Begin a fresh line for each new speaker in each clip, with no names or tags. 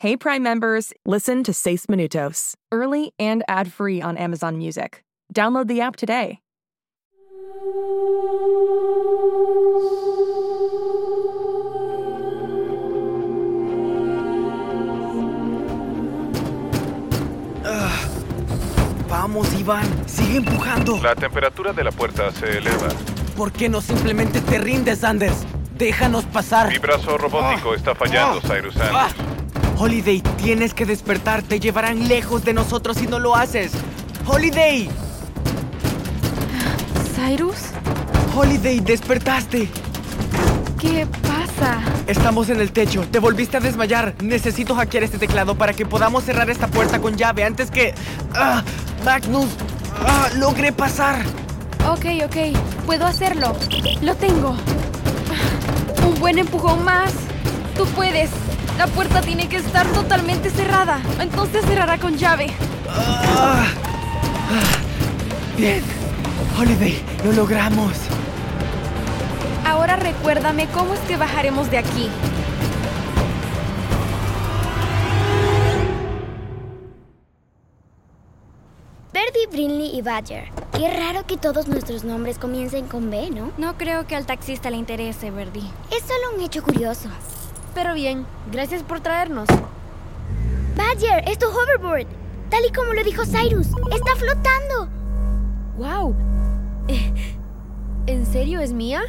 Hey Prime members, listen to Seis Minutos, early and ad-free on Amazon Music. Download the app today.
Vamos, Iván, sigue empujando.
La temperatura de la puerta se eleva.
¿Por qué no simplemente te rindes, Anders? Déjanos pasar.
Mi brazo robótico está fallando, Cyrus
Ah.
Sand.
Holiday, tienes que despertar. Te llevarán lejos de nosotros si no lo haces. Holiday,
¿Cyrus?
Holiday, despertaste.
¿Qué pasa?
Estamos en el techo. Te volviste a desmayar. Necesito hackear este teclado para que podamos cerrar esta puerta con llave antes que... ¡Ah! Magnus, ¡Ah! logré pasar.
Ok, ok, puedo hacerlo. Lo tengo. Un buen empujón más. Tú puedes. La puerta tiene que estar totalmente cerrada. Entonces cerrará con llave.
Ah. Ah. Bien. Holiday, lo logramos.
Ahora recuérdame cómo es que bajaremos de aquí.
Birdie, Brinley y Badger. Qué raro que todos nuestros nombres comiencen con B, ¿no?
No creo que al taxista le interese, Verdi.
Es solo un hecho curioso.
Pero bien, gracias por traernos.
Badger, es tu hoverboard. Tal y como lo dijo Cyrus, está flotando.
¡Wow! Eh, ¿En serio es mía?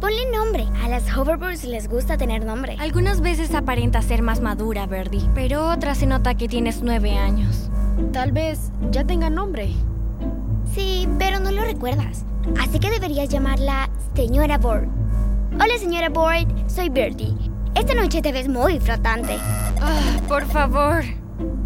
Ponle nombre. A las hoverboards les gusta tener nombre.
Algunas veces aparenta ser más madura, Verdi, pero otras se nota que tienes nueve años. Tal vez ya tenga nombre.
Sí, pero no lo recuerdas. Así que deberías llamarla Señora Board. Hola, señora Board. Soy Birdie. Esta noche te ves muy flotante.
Ah, por favor.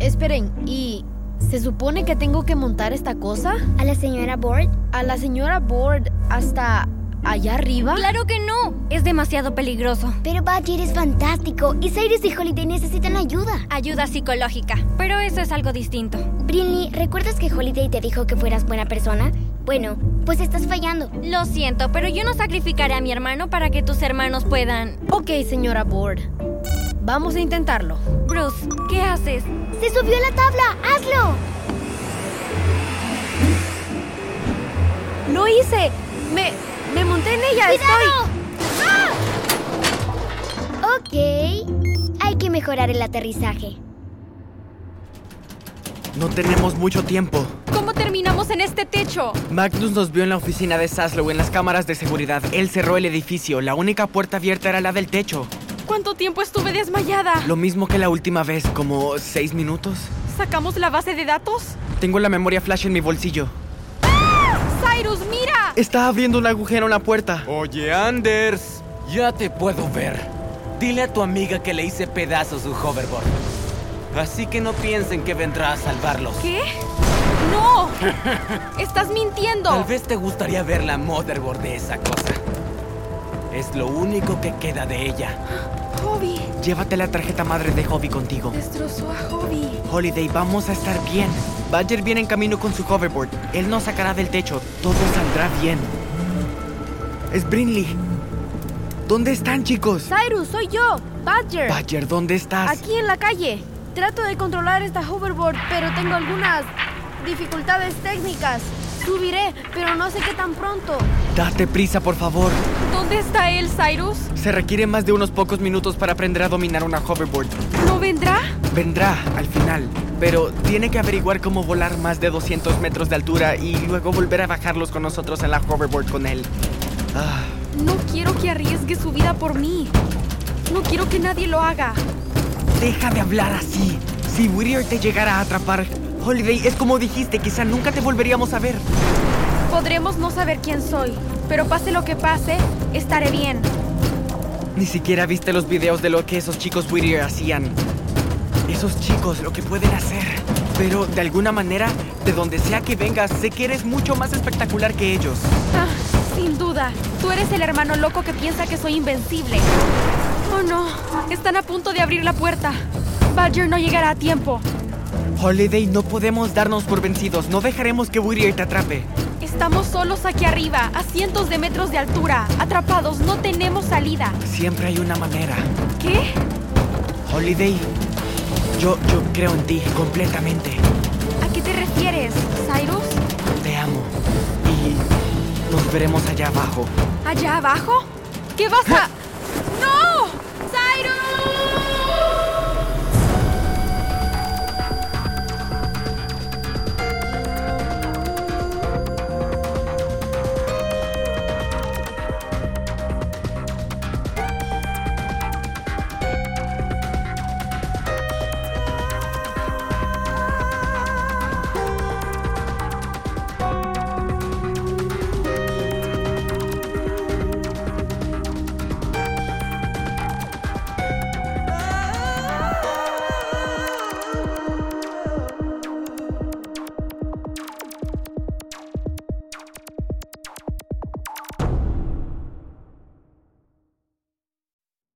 Esperen, ¿y se supone que tengo que montar esta cosa?
¿A la señora Board?
¿A la señora Board hasta allá arriba? Claro que no. Es demasiado peligroso.
Pero Badger es fantástico y Cyrus y Holiday necesitan ayuda.
Ayuda psicológica, pero eso es algo distinto.
Brinley, ¿recuerdas que Holiday te dijo que fueras buena persona? Bueno, pues estás fallando.
Lo siento, pero yo no sacrificaré a mi hermano para que tus hermanos puedan. Ok, señora Board. Vamos a intentarlo. Bruce, ¿qué haces?
¡Se subió a la tabla! ¡Hazlo!
¡Lo hice! ¡Me, me monté en ella!
¡Cuidado! ¡Ah! Ok. Hay que mejorar el aterrizaje.
No tenemos mucho tiempo.
¿Cómo terminamos en este techo?
Magnus nos vio en la oficina de Saslow en las cámaras de seguridad. Él cerró el edificio. La única puerta abierta era la del techo.
¿Cuánto tiempo estuve desmayada?
Lo mismo que la última vez, como seis minutos.
¿Sacamos la base de datos?
Tengo la memoria flash en mi bolsillo.
¡Cyrus, mira!
Está abriendo un agujero en la puerta.
Oye, Anders. Ya te puedo ver.
Dile a tu amiga que le hice pedazos su hoverboard. Así que no piensen que vendrá a salvarlos.
¿Qué? ¡No! ¡Estás mintiendo!
Tal vez te gustaría ver la motherboard de esa cosa. Es lo único que queda de ella.
Hobby
Llévate la tarjeta madre de Hobby contigo.
destrozó a Hobby.
Holiday, vamos a estar bien. Badger viene en camino con su hoverboard. Él nos sacará del techo. Todo saldrá bien. Es Brinley. ¿Dónde están, chicos?
Cyrus, soy yo, Badger.
Badger, ¿dónde estás?
Aquí en la calle. Trato de controlar esta hoverboard, pero tengo algunas dificultades técnicas. Subiré, pero no sé qué tan pronto.
Date prisa, por favor.
¿Dónde está él, Cyrus?
Se requieren más de unos pocos minutos para aprender a dominar una hoverboard.
¿No vendrá?
Vendrá al final, pero tiene que averiguar cómo volar más de 200 metros de altura y luego volver a bajarlos con nosotros en la hoverboard con él. Ah,
No quiero que arriesgue su vida por mí. No quiero que nadie lo haga.
deja de hablar así. Si Whittier te llegara a atrapar, Holiday, es como dijiste, quizá nunca te volveríamos a ver.
Podremos no saber quién soy, pero pase lo que pase, estaré bien.
Ni siquiera viste los videos de lo que esos chicos Whittier hacían. Esos chicos, lo que pueden hacer. Pero de alguna manera, de donde sea que vengas, sé que eres mucho más espectacular que ellos.
Ah, sin duda, tú eres el hermano loco que piensa que soy invencible. Oh no, están a punto de abrir la puerta. Badger no llegará a tiempo.
Holiday, no podemos darnos por vencidos. No dejaremos que Whittier te atrape.
Estamos solos aquí arriba, a cientos de metros de altura, atrapados, no tenemos salida.
Siempre hay una manera.
¿Qué?
Holiday, Yo, yo creo en ti completamente.
¿A qué te refieres, Cyrus?
Te amo. Y nos veremos allá abajo.
¿Allá abajo? ¿Qué vas a...? ¡No! ¡Cyrus!